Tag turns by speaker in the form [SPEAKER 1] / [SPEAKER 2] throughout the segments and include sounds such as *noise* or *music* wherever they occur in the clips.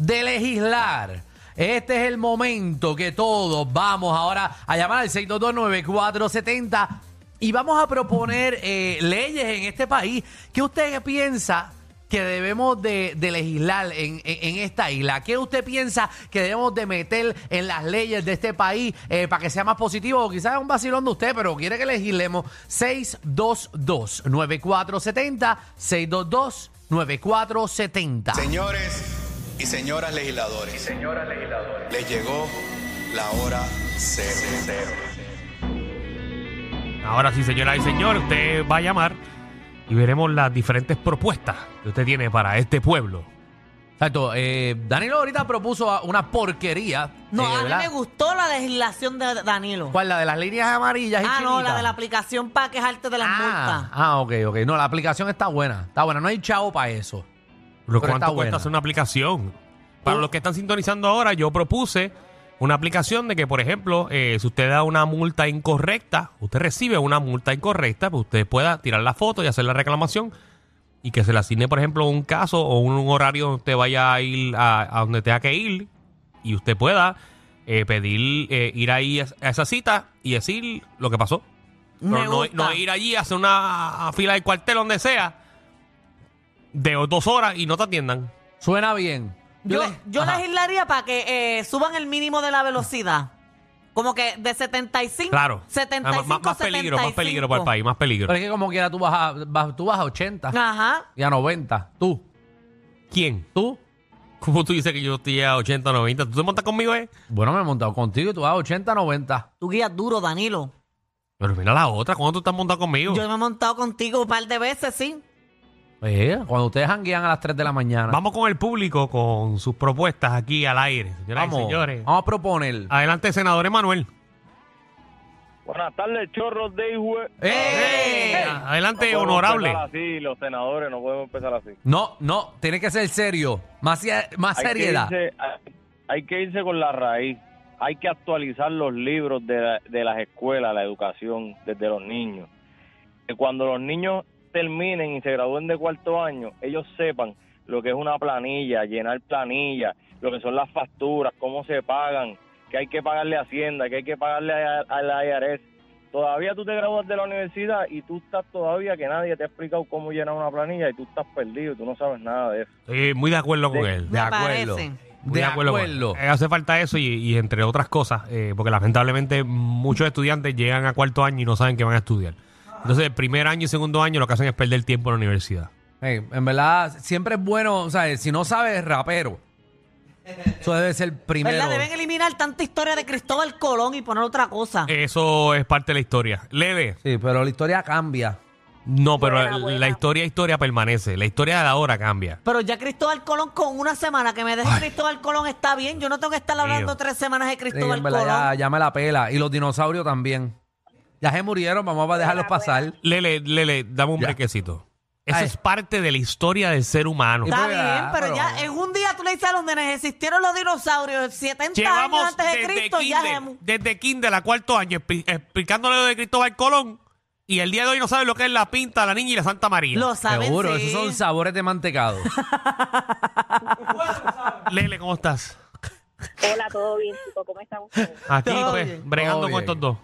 [SPEAKER 1] de legislar. Este es el momento que todos vamos ahora a llamar al 6229470 y vamos a proponer eh, leyes en este país que usted piensa que debemos de, de legislar en, en- en esta isla. ¿Qué usted piensa que debemos de meter en las leyes de este país eh, para que sea más positivo? O quizás es un vacilón de usted, pero quiere que legislemos 622-9470, 622-9470.
[SPEAKER 2] Señores y señoras legisladores. Les llegó la hora cero.
[SPEAKER 3] Ahora sí, señora y señor, usted va a llamar y veremos las diferentes propuestas que usted tiene para este pueblo.
[SPEAKER 1] Exacto. eh, Danilo ahorita propuso a- una porquería.
[SPEAKER 4] No,
[SPEAKER 1] eh,
[SPEAKER 4] a mí
[SPEAKER 1] ¿verdad?
[SPEAKER 4] me gustó la legislación de Danilo.
[SPEAKER 1] ¿Cuál? La de las líneas amarillas y
[SPEAKER 4] Ah, no, la
[SPEAKER 1] chinitas?
[SPEAKER 4] de la aplicación para quejarte de las
[SPEAKER 1] ah,
[SPEAKER 4] multas.
[SPEAKER 1] ah, ok, ok. No, la aplicación está buena. Está buena. No hay chavo para eso.
[SPEAKER 3] Pero
[SPEAKER 1] Pero está
[SPEAKER 3] ¿Cuánto
[SPEAKER 1] buena.
[SPEAKER 3] cuesta hacer una aplicación? Para
[SPEAKER 4] Uh.
[SPEAKER 3] los que están sintonizando ahora, yo propuse una aplicación de que, por ejemplo, eh, si usted da una multa incorrecta, usted recibe una multa incorrecta, pues usted pueda tirar la foto y hacer la reclamación y que se le asigne, por ejemplo, un caso o un, horario donde usted vaya a ir a, a donde tenga que ir y usted pueda eh, pedir eh, ir ahí a a esa cita y decir lo que pasó.
[SPEAKER 4] Me
[SPEAKER 3] Pero no,
[SPEAKER 4] gusta.
[SPEAKER 3] no ir allí a hacer una fila de cuartel donde sea de dos horas y no te atiendan.
[SPEAKER 1] Suena bien.
[SPEAKER 4] Yo,
[SPEAKER 1] le-
[SPEAKER 4] yo
[SPEAKER 1] Ajá.
[SPEAKER 4] legislaría para que eh, suban el mínimo de la velocidad. Como que de 75.
[SPEAKER 3] Claro.
[SPEAKER 4] 75,
[SPEAKER 3] Ah, más, más peligro, más
[SPEAKER 4] 75.
[SPEAKER 3] peligro para el país, más peligro.
[SPEAKER 1] Pero es que como quiera tú vas a, vas- tú vas a 80
[SPEAKER 4] Ah. Ajá.
[SPEAKER 1] y a 90. Tú,
[SPEAKER 3] ¿Quién?
[SPEAKER 1] tú.
[SPEAKER 3] ¿Cómo tú dices que yo estoy a 80, 90? ¿Tú te montas conmigo, eh?
[SPEAKER 1] Bueno, me he montado contigo y tú vas a 80, 90.
[SPEAKER 4] Tú guías duro, Danilo.
[SPEAKER 3] Pero mira la otra, ¿cuándo tú estás montado conmigo?
[SPEAKER 4] Yo me he montado contigo un par de veces, sí.
[SPEAKER 1] Eh, cuando ustedes hanguean a las 3 de la mañana.
[SPEAKER 3] Vamos con el público, con sus propuestas aquí al aire, señoras y señores.
[SPEAKER 1] vamos a proponer.
[SPEAKER 3] Adelante, senador Emanuel.
[SPEAKER 5] Buenas tardes, chorros de Igüe.
[SPEAKER 1] ¡Eh!
[SPEAKER 3] Eh, Adelante,
[SPEAKER 5] No podemos
[SPEAKER 3] honorable.
[SPEAKER 5] empezar así, los senadores, no podemos empezar así.
[SPEAKER 1] No, no, tiene que ser serio. Más, se- más
[SPEAKER 5] Hay que
[SPEAKER 1] seriedad.
[SPEAKER 5] irse- hay- hay que irse con la raíz. Hay que actualizar los libros de, la- de las escuelas, la educación, desde los niños. Que cuando los niños terminen y se gradúen de cuarto año, ellos sepan lo que es una planilla, llenar planilla, lo que son las facturas, cómo se pagan, que hay que pagarle a Hacienda, que hay que pagarle a, a la IRS. Todavía tú te gradúas de la universidad y tú estás todavía que nadie te ha explicado cómo llenar una planilla y tú estás perdido, tú no sabes nada de eso.
[SPEAKER 3] Estoy muy de acuerdo con
[SPEAKER 5] De-
[SPEAKER 3] él.
[SPEAKER 4] Me
[SPEAKER 1] acuerdo.
[SPEAKER 4] parece.
[SPEAKER 3] Muy
[SPEAKER 1] De
[SPEAKER 3] con-
[SPEAKER 1] acuerdo.
[SPEAKER 3] Eh, hace falta eso y, y entre otras cosas, eh, porque lamentablemente muchos estudiantes llegan a cuarto año y no saben que van a estudiar. Entonces, el primer año y segundo año lo que hacen es perder tiempo en la universidad.
[SPEAKER 1] Ey, Eh, en verdad, siempre es bueno, o sea, si no sabes, rapero. Eso debe ser primero.
[SPEAKER 4] ¿Verdad? Deben eliminar tanta historia de Cristóbal Colón y poner otra cosa.
[SPEAKER 3] Eh. Eso es parte de la historia. Leve.
[SPEAKER 1] Sí, pero la historia cambia.
[SPEAKER 3] No, pero la- la historia historia permanece. La historia de ahora cambia.
[SPEAKER 4] Pero ya Cristóbal Colón con una semana que me deje Cristóbal Colón está bien. Yo no tengo que estar hablando
[SPEAKER 3] Mío.
[SPEAKER 4] tres semanas
[SPEAKER 1] Sí,
[SPEAKER 4] de
[SPEAKER 1] en
[SPEAKER 4] Cristóbal
[SPEAKER 1] verdad,
[SPEAKER 4] Colón.
[SPEAKER 1] ya, ya me la pela. Y los dinosaurios también. Ya se murieron, vamos a dejarlos pasar.
[SPEAKER 3] Lele, Lele, dame un brequecito. Eso
[SPEAKER 1] Ay.
[SPEAKER 3] es parte de la historia del ser humano.
[SPEAKER 1] Y
[SPEAKER 4] Está
[SPEAKER 1] pues, ah,
[SPEAKER 4] bien, pero,
[SPEAKER 1] pero-
[SPEAKER 4] ya en un día tú le dices a los nenes, existieron los dinosaurios 70 años
[SPEAKER 3] Llevamos
[SPEAKER 4] antes de
[SPEAKER 3] desde
[SPEAKER 4] Cristo. Ya
[SPEAKER 3] kinder,
[SPEAKER 4] hemos-
[SPEAKER 3] desde kinder a cuarto año expli- explicándole lo de Cristóbal Colón y el día de hoy no sabe lo que es la pinta, la niña y la Santa María.
[SPEAKER 4] lo saben.
[SPEAKER 1] Seguro,
[SPEAKER 4] sí.
[SPEAKER 1] esos son sabores de mantecado.
[SPEAKER 3] Lele, ¿cómo estás?
[SPEAKER 6] Hola, todo bien, chicos. ¿Cómo están ustedes?
[SPEAKER 3] Aquí
[SPEAKER 4] Todo
[SPEAKER 3] pues,
[SPEAKER 4] bien.
[SPEAKER 3] bregando
[SPEAKER 1] Todo
[SPEAKER 3] con
[SPEAKER 1] bien.
[SPEAKER 3] estos dos.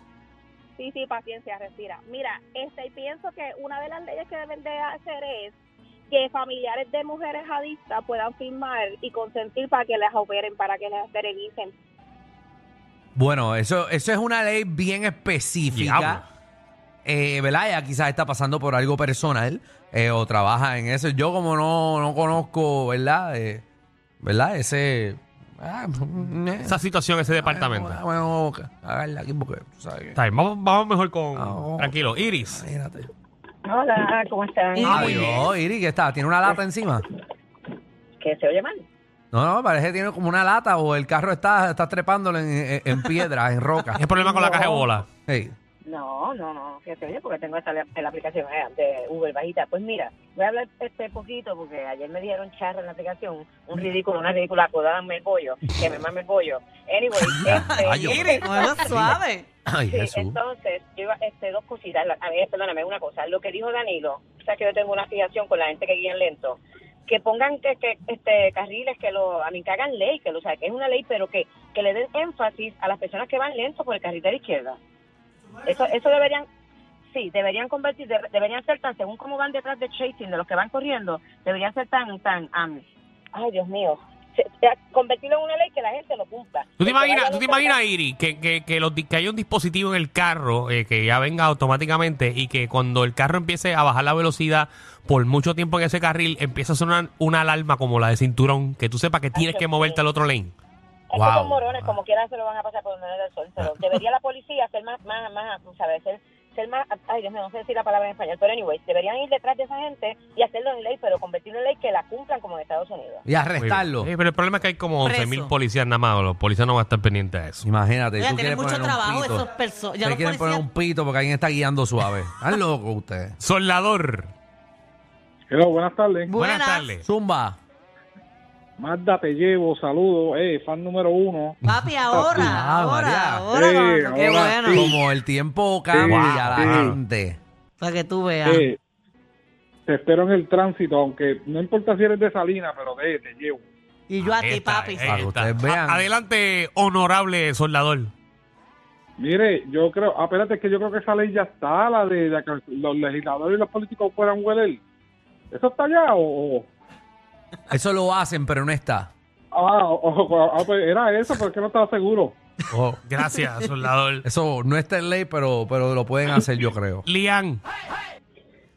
[SPEAKER 6] Sí, sí, paciencia, respira. Mira, este, y pienso que una de las leyes que deben de hacer es que familiares de mujeres adictas puedan firmar y consentir para que las operen, para que las esterilicen.
[SPEAKER 1] bueno, eso, eso es una ley bien específica.
[SPEAKER 3] Diablo.
[SPEAKER 1] eh, ¿verdad? Ella quizás está pasando por algo personal eh, o trabaja en eso. Yo como no, no conozco, ¿verdad? Eh, ¿Verdad? Ese... ah, eh,
[SPEAKER 3] Esa situación, ese departamento.
[SPEAKER 1] Bueno, bueno, ok. Háganla aquí porque tú sabes que-
[SPEAKER 3] Está bien, vamos, vamos mejor con...
[SPEAKER 1] Ah, oh.
[SPEAKER 3] Tranquilo. Iris.
[SPEAKER 1] Imagínate.
[SPEAKER 6] Hola, ¿cómo están?
[SPEAKER 4] Y- Ah, muy
[SPEAKER 1] Adiós, Iri, ¿qué está? ¿Tiene una lata encima?
[SPEAKER 6] ¿Que se oye mal?
[SPEAKER 1] No, no, parece que tiene como una lata o el carro está, está trepándolo en, en- en piedra, en
[SPEAKER 3] *laughs*
[SPEAKER 1] roca.
[SPEAKER 3] Es problema con la caja de bola.
[SPEAKER 1] Hey.
[SPEAKER 7] No, no, no, fíjate oye, porque tengo esa, la, la aplicación eh, de Uber bajita. Pues mira, voy a hablar este poquito porque ayer me dieron charla en la aplicación, un ridículo, una ridícula acodada en el bollo, que me mame el bollo. Anyway, este,
[SPEAKER 1] Ay, yo-
[SPEAKER 4] Mire, no es lo suave.
[SPEAKER 1] Ay,
[SPEAKER 7] Sí,
[SPEAKER 1] Jesús.
[SPEAKER 7] entonces, yo iba, este, dos cositas. La- A ver, perdóname, una cosa. Lo que dijo Danilo, o sea, que yo tengo una fijación con la gente que guía lento. Que pongan que, que, este, carriles que lo, a mí que hagan ley, que lo o sea, que es una ley, pero que, que le den énfasis a las personas que van lento por el carril de la izquierda. Eso, eso deberían, sí, deberían convertir, de- deberían ser tan, según como van detrás de chasing, de los que van corriendo, deberían ser tan, tan, am, ay, Dios mío, Se- se- convertirlo en una ley que la gente lo cumpla.
[SPEAKER 3] ¿Tú te
[SPEAKER 7] El que
[SPEAKER 3] imaginas,
[SPEAKER 7] vaya
[SPEAKER 3] tú te
[SPEAKER 7] lento-
[SPEAKER 3] imaginas Iri, que, que, que, los di- que haya un dispositivo en el carro eh, que ya venga automáticamente y que cuando el carro empiece a bajar la velocidad por mucho tiempo en ese carril, empieza a sonar una alarma como la de cinturón, que tú sepas que tienes que moverte al otro lane?
[SPEAKER 7] Estos
[SPEAKER 3] Wow.
[SPEAKER 7] son morones, como quiera se lo van a pasar por donde del sol. Pero debería la policía ser más, más, más, tú ¿sabes? Ser, ser más, ay Dios mío, no sé decir la palabra en español, pero anyway, deberían ir detrás de esa gente y hacerlo en ley, pero convertirlo en ley que la cumplan como en Estados Unidos.
[SPEAKER 1] Y arrestarlo.
[SPEAKER 3] Muy bien. Eh, pero el problema es que hay como
[SPEAKER 4] Preso.
[SPEAKER 3] 11.000 mil policías nada más, los policías no van a estar pendientes a eso.
[SPEAKER 1] Imagínate,
[SPEAKER 4] Oiga,
[SPEAKER 1] tú quieres
[SPEAKER 4] tienen mucho
[SPEAKER 1] poner un
[SPEAKER 4] trabajo
[SPEAKER 1] pito.
[SPEAKER 4] esos personas. Ya
[SPEAKER 1] Ustedes
[SPEAKER 4] los
[SPEAKER 1] quieren poner
[SPEAKER 4] policías
[SPEAKER 1] un pito porque alguien está guiando suave. Están locos ustedes.
[SPEAKER 3] Soldador,
[SPEAKER 8] Hello, buenas tardes.
[SPEAKER 3] buenas,
[SPEAKER 4] Buenas.
[SPEAKER 3] tardes.
[SPEAKER 1] Zumba.
[SPEAKER 8] Magda, te llevo, saludos. Eh, fan número uno.
[SPEAKER 4] Papi, ahora,
[SPEAKER 1] Ah, María.
[SPEAKER 4] ahora, ahora,
[SPEAKER 8] Sí,
[SPEAKER 4] mano, qué
[SPEAKER 8] ahora
[SPEAKER 4] bueno.
[SPEAKER 1] Como el tiempo cambia
[SPEAKER 8] sí.
[SPEAKER 1] la gente.
[SPEAKER 4] Para que tú veas.
[SPEAKER 8] Eh, te espero en el tránsito, aunque no importa si eres de Salina, pero eh, te llevo.
[SPEAKER 4] Y yo a
[SPEAKER 3] Ahí
[SPEAKER 4] ti,
[SPEAKER 3] está,
[SPEAKER 4] papi.
[SPEAKER 3] ahí
[SPEAKER 1] Para que
[SPEAKER 3] está.
[SPEAKER 1] ustedes vean.
[SPEAKER 3] A- Adelante, honorable soldador.
[SPEAKER 8] Mire, yo creo, ah, espérate, es que yo creo que esa ley ya está, la de, la que los legisladores y los políticos puedan hueler. ¿Eso está allá o...? o-
[SPEAKER 1] Eso lo hacen, pero no está.
[SPEAKER 8] ah, o- o- ah, pues era eso, porque no estaba seguro.
[SPEAKER 1] Oh, *laughs*
[SPEAKER 3] Gracias, soldador.
[SPEAKER 1] Eso no está en ley, pero, pero lo pueden hacer, yo creo.
[SPEAKER 3] Lian,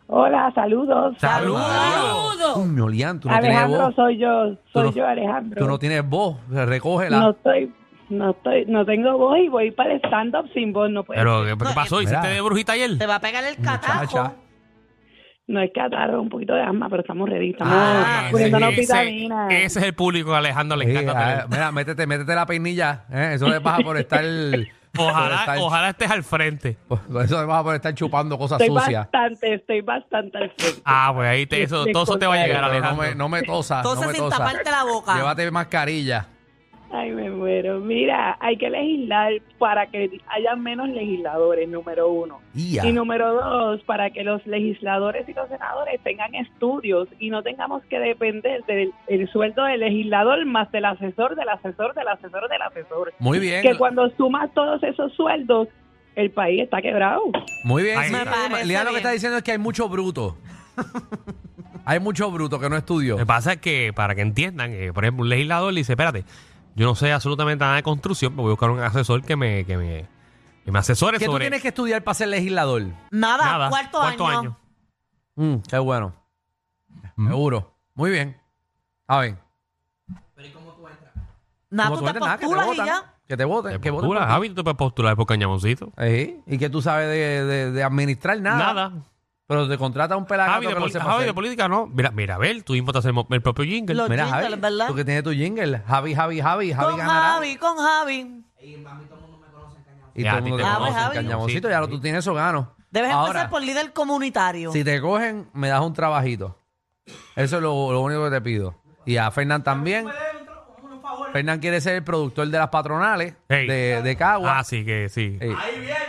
[SPEAKER 9] Hola, saludos.
[SPEAKER 3] Saludos.
[SPEAKER 1] Coño, Lian, tú no tienes
[SPEAKER 9] Alejandro,
[SPEAKER 1] voz.
[SPEAKER 9] soy yo, soy
[SPEAKER 1] no-
[SPEAKER 9] yo Alejandro.
[SPEAKER 1] Tú no tienes voz. Recógela.
[SPEAKER 9] no estoy, no estoy, no tengo voz y voy para el stand up sin voz, no puedo.
[SPEAKER 3] pero ¿qué, qué pasó? ¿Hiciste
[SPEAKER 1] Mira.
[SPEAKER 3] de brujita ayer?
[SPEAKER 4] Te va a pegar el
[SPEAKER 1] Muchacha.
[SPEAKER 4] catajo.
[SPEAKER 9] No es catarro, un poquito de asma, pero estamos ready, estamos
[SPEAKER 3] Ah,
[SPEAKER 9] poniéndonos
[SPEAKER 3] ese-
[SPEAKER 9] vitaminas.
[SPEAKER 3] ese, es el público, Alejandro, le
[SPEAKER 1] Sí,
[SPEAKER 3] encanta
[SPEAKER 1] ah,
[SPEAKER 3] tener.
[SPEAKER 1] *laughs* mira, métete, métete la peinilla. ¿eh? Eso le pasa por estar. por
[SPEAKER 3] *laughs* Ojalá,
[SPEAKER 1] estar-
[SPEAKER 3] ojalá estés al frente.
[SPEAKER 1] por- Eso le pasa por estar chupando cosas
[SPEAKER 9] estoy
[SPEAKER 1] sucias.
[SPEAKER 9] bastante, estoy bastante al frente.
[SPEAKER 3] Ah, pues ahí te, eso,
[SPEAKER 9] Te- te
[SPEAKER 3] todo eso te va a llegar,
[SPEAKER 9] contaré.
[SPEAKER 1] Pero No
[SPEAKER 3] Alejandro.
[SPEAKER 1] me, no me tosas.
[SPEAKER 4] Entonces,
[SPEAKER 1] no me
[SPEAKER 4] sin
[SPEAKER 1] tosas.
[SPEAKER 4] taparte la boca.
[SPEAKER 1] Llévate mascarilla.
[SPEAKER 9] Ay, me muero. Mira, hay que legislar para que haya menos legisladores, número uno.
[SPEAKER 1] Ya.
[SPEAKER 9] Y número dos, para que los legisladores y los senadores tengan estudios y no tengamos que depender del el sueldo del legislador más del asesor, del asesor, del asesor, del asesor.
[SPEAKER 1] Muy bien.
[SPEAKER 9] Que cuando sumas todos esos sueldos, el país está quebrado.
[SPEAKER 1] Muy bien.
[SPEAKER 3] Ahí
[SPEAKER 1] sí.
[SPEAKER 3] está.
[SPEAKER 4] Me parece
[SPEAKER 1] Lian lo que
[SPEAKER 4] bien.
[SPEAKER 1] está diciendo es que hay mucho
[SPEAKER 4] *laughs*
[SPEAKER 1] bruto. hay mucho bruto que no estudió.
[SPEAKER 3] Lo que pasa es que, para que entiendan, eh, por ejemplo, un legislador le dice, espérate, yo no sé absolutamente nada de construcción, me voy a buscar un asesor que me, que me, que me asesore
[SPEAKER 1] ¿Qué tú
[SPEAKER 3] sobre
[SPEAKER 1] tienes que estudiar para ser legislador?
[SPEAKER 4] Nada,
[SPEAKER 3] nada.
[SPEAKER 4] cuarto, año.
[SPEAKER 1] Mm, qué bueno.
[SPEAKER 3] Mm.
[SPEAKER 1] Seguro. Muy bien. A ver.
[SPEAKER 4] Nada,
[SPEAKER 1] como
[SPEAKER 4] tú
[SPEAKER 1] tú
[SPEAKER 4] te
[SPEAKER 1] entras, nada, que te
[SPEAKER 4] postulas y
[SPEAKER 1] votan,
[SPEAKER 4] ya.
[SPEAKER 1] Que te voten.
[SPEAKER 3] ¿Te
[SPEAKER 1] Que voten.
[SPEAKER 3] postulas,
[SPEAKER 1] por ti.
[SPEAKER 3] Javi? ¿Tú te puedes postular por cañamoncito?
[SPEAKER 1] Ey, Y que tú sabes de, de- de administrar nada.
[SPEAKER 3] Nada.
[SPEAKER 1] Pero te contrata un pelagato
[SPEAKER 3] Javi, de,
[SPEAKER 1] que lo
[SPEAKER 3] poli-
[SPEAKER 1] sepa
[SPEAKER 3] Javi,
[SPEAKER 1] hacer.
[SPEAKER 3] de política no. Mira, mira, a ver, tú mismo te hacemos el propio jingle. Ah,
[SPEAKER 4] Lo-
[SPEAKER 1] Mira,
[SPEAKER 4] Jingles,
[SPEAKER 1] Javi,
[SPEAKER 4] ¿verdad?
[SPEAKER 1] tú que tienes tu jingle. Javi, Javi, Javi, Javi
[SPEAKER 4] con
[SPEAKER 1] ganará.
[SPEAKER 4] Javi, con Javi.
[SPEAKER 1] Y
[SPEAKER 3] Ya,
[SPEAKER 1] todo
[SPEAKER 3] a
[SPEAKER 1] el
[SPEAKER 3] ti
[SPEAKER 1] mundo
[SPEAKER 3] te
[SPEAKER 1] te
[SPEAKER 4] conoce,
[SPEAKER 1] conoce,
[SPEAKER 4] Javi.
[SPEAKER 1] Cañamoncito, ya lo tú tienes eso gano.
[SPEAKER 4] Debes
[SPEAKER 1] Ahora,
[SPEAKER 4] empezar por líder comunitario.
[SPEAKER 1] si te cogen, me das un trabajito. Eso es lo, lo único que te pido. Y a Fernán también. Fernán quiere ser el productor de las patronales
[SPEAKER 3] Ey.
[SPEAKER 1] de, de Cagua.
[SPEAKER 3] Ah, sí, que sí.
[SPEAKER 1] Ey.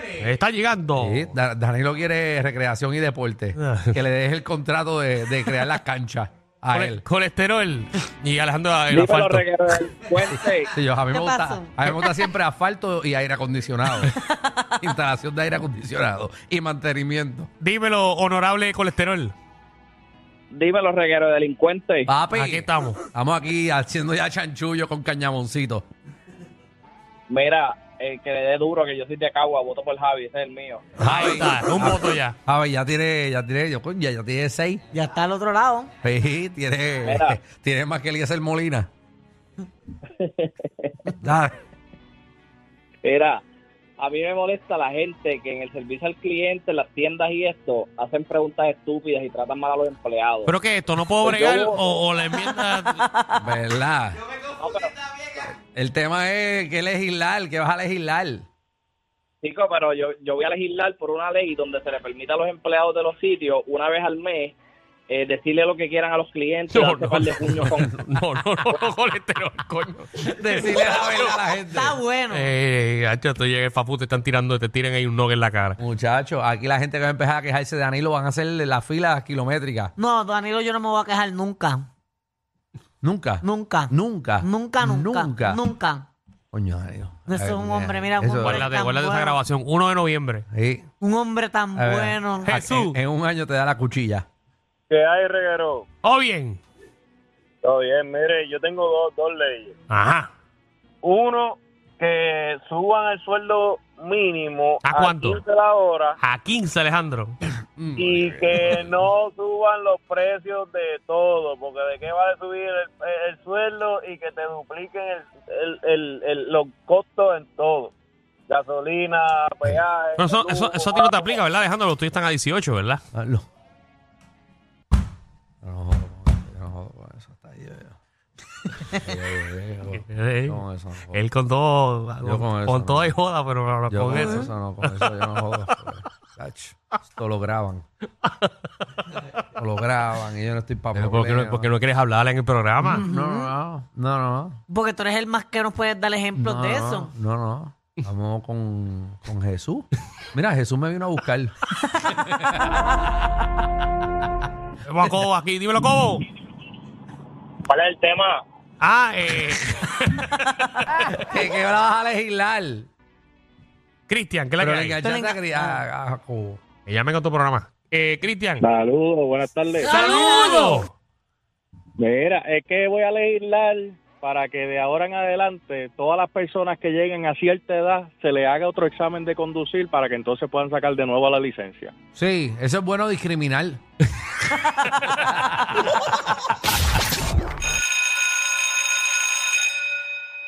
[SPEAKER 3] Eh, Está llegando.
[SPEAKER 1] Sí, Da- Danilo quiere recreación y deporte.
[SPEAKER 3] Ah.
[SPEAKER 1] que le deje el contrato de, de crear las canchas a
[SPEAKER 3] Cole-
[SPEAKER 1] él.
[SPEAKER 3] Colesterol y Alejandro eh, el
[SPEAKER 8] Dímelo,
[SPEAKER 3] asfalto.
[SPEAKER 8] reguero del
[SPEAKER 3] *laughs*
[SPEAKER 8] puente.
[SPEAKER 1] Sí, yo- a, mí me
[SPEAKER 4] ¿Qué
[SPEAKER 1] gusta,
[SPEAKER 4] pasó?
[SPEAKER 1] a mí me gusta siempre asfalto y aire
[SPEAKER 4] *laughs*
[SPEAKER 1] acondicionado. Instalación de aire acondicionado y mantenimiento.
[SPEAKER 3] Dímelo, honorable colesterol.
[SPEAKER 5] Dímelo, reguero delincuente.
[SPEAKER 1] Papi,
[SPEAKER 3] Aquí estamos.
[SPEAKER 1] estamos aquí haciendo ya chanchullo con cañamoncito.
[SPEAKER 5] Mira,
[SPEAKER 10] eh,
[SPEAKER 5] el que le dé duro, que yo soy de Cagua, voto por Javi, ese es el mío.
[SPEAKER 3] Ahí está, un voto ya.
[SPEAKER 1] A ver, Ah, pues ya tiene, ya tiene, yo, coño, ya, ya tiene seis.
[SPEAKER 4] Ya está al otro lado.
[SPEAKER 1] Sí, tiene,
[SPEAKER 5] Mira.
[SPEAKER 1] *laughs* tiene más que Eliezer *laughs* Ah, Molina. Dale.
[SPEAKER 5] Mira,
[SPEAKER 10] a mí me molesta la gente que en el servicio al cliente, en las tiendas y esto, hacen preguntas estúpidas y tratan mal a los empleados.
[SPEAKER 3] Pero que esto no puedo
[SPEAKER 10] Pues yo
[SPEAKER 3] bregar
[SPEAKER 10] hubo-
[SPEAKER 3] o, o la *laughs* enmienda.
[SPEAKER 1] ¿Verdad? El tema es que legislar, que vas a legislar. *laughs*
[SPEAKER 10] Chico, pero yo, yo voy a legislar por una ley donde se le permita a los empleados de los sitios, una vez al mes, eh, decirle lo que quieran a los clientes,
[SPEAKER 3] No,
[SPEAKER 10] darse
[SPEAKER 3] no,
[SPEAKER 10] par de puños con...
[SPEAKER 3] No, no, no, no, colesterol, coño.
[SPEAKER 1] Decirle la verdad a la gente.
[SPEAKER 4] Está bueno.
[SPEAKER 3] Eh, hacho, tú llegas, Fafu, te están tirando, te tiran ahí un nog en la cara.
[SPEAKER 1] Muchachos, aquí la gente que va a empezar a quejarse de Danilo van a hacer las filas kilométricas.
[SPEAKER 4] No, Danilo, yo no me voy a quejar nunca.
[SPEAKER 1] Nunca.
[SPEAKER 4] Nunca.
[SPEAKER 1] Nunca.
[SPEAKER 4] Nunca, nunca.
[SPEAKER 1] Nunca.
[SPEAKER 4] Nunca.
[SPEAKER 1] Coño, Danilo.
[SPEAKER 4] No es
[SPEAKER 1] Ay,
[SPEAKER 4] un hombre, mira, un
[SPEAKER 1] eso-
[SPEAKER 4] hombre.
[SPEAKER 3] Guárdate,
[SPEAKER 4] tan
[SPEAKER 3] guárdate esa
[SPEAKER 4] bueno.
[SPEAKER 3] grabación. 1 de noviembre.
[SPEAKER 1] Sí.
[SPEAKER 4] Un hombre tan
[SPEAKER 1] A ver.
[SPEAKER 4] bueno.
[SPEAKER 3] Je- Jesús.
[SPEAKER 1] En, en un año te da la cuchilla.
[SPEAKER 5] *laughs* ¿Qué hay, reguero?
[SPEAKER 3] ¿O Oh, bien?
[SPEAKER 5] Todo bien, mire, yo tengo dos, dos leyes.
[SPEAKER 3] Ajá.
[SPEAKER 5] Uno, que suban el sueldo mínimo
[SPEAKER 3] ¿A cuánto? Ah,
[SPEAKER 5] 15 la hora
[SPEAKER 3] A 15, Alejandro.
[SPEAKER 5] y que no suban los precios de todo, porque de qué vale subir el, el sueldo y que te dupliquen el- el- el- el- los costos en todo. Gasolina, peaje.
[SPEAKER 3] No, eso, eso,
[SPEAKER 5] luz,
[SPEAKER 3] eso a ti no te aplica, ¿verdad, Alejandro? Los tuyos están a 18, ¿verdad?
[SPEAKER 1] Ah, No. No, no, no, no, no, eso está ahí, yo- yo-
[SPEAKER 3] *laughs*
[SPEAKER 1] yo- yo-
[SPEAKER 3] Eh,
[SPEAKER 1] yo con eso no jodo.
[SPEAKER 3] Él con todo,
[SPEAKER 1] Yo con
[SPEAKER 3] con,
[SPEAKER 1] eso
[SPEAKER 3] con
[SPEAKER 1] no.
[SPEAKER 3] todo hay joda, pero no, no,
[SPEAKER 1] Yo
[SPEAKER 3] con
[SPEAKER 1] con
[SPEAKER 3] eso.
[SPEAKER 1] eso no, con eso yo no jodo. porque, tacho, Esto lo graban. Esto Lo graban y yo no estoy para
[SPEAKER 3] Pero ¿por qué no, por qué no quieres hablar en el programa?
[SPEAKER 1] No, no, no, no, no.
[SPEAKER 4] Porque tú eres el más que nos puedes dar ejemplos
[SPEAKER 1] No,
[SPEAKER 4] de
[SPEAKER 1] no,
[SPEAKER 4] eso.
[SPEAKER 1] No, no. Vamos con, con Jesús. Mira, Jesús me vino a
[SPEAKER 3] *laughs*
[SPEAKER 1] buscar.
[SPEAKER 3] Vamos a Cobo aquí, dímelo, Cobo.
[SPEAKER 5] ¿Cuál es el tema?
[SPEAKER 3] Ah, eh,
[SPEAKER 1] que, que ahora vas a legislar.
[SPEAKER 3] Cristian, ¿qué es la
[SPEAKER 1] Pero
[SPEAKER 3] que
[SPEAKER 1] le
[SPEAKER 3] hay?
[SPEAKER 1] enganchaste a Cri- a- a Jacobo.
[SPEAKER 3] Que llamen a tu programa. Eh, Cristian.
[SPEAKER 10] Saludos, buenas tardes.
[SPEAKER 3] ¡Saludos!
[SPEAKER 10] Mira, es que voy a legislar para que de ahora en adelante todas las personas que lleguen a cierta edad se le haga otro examen de conducir para que entonces puedan sacar de nuevo la licencia.
[SPEAKER 1] Sí, eso es bueno discriminar.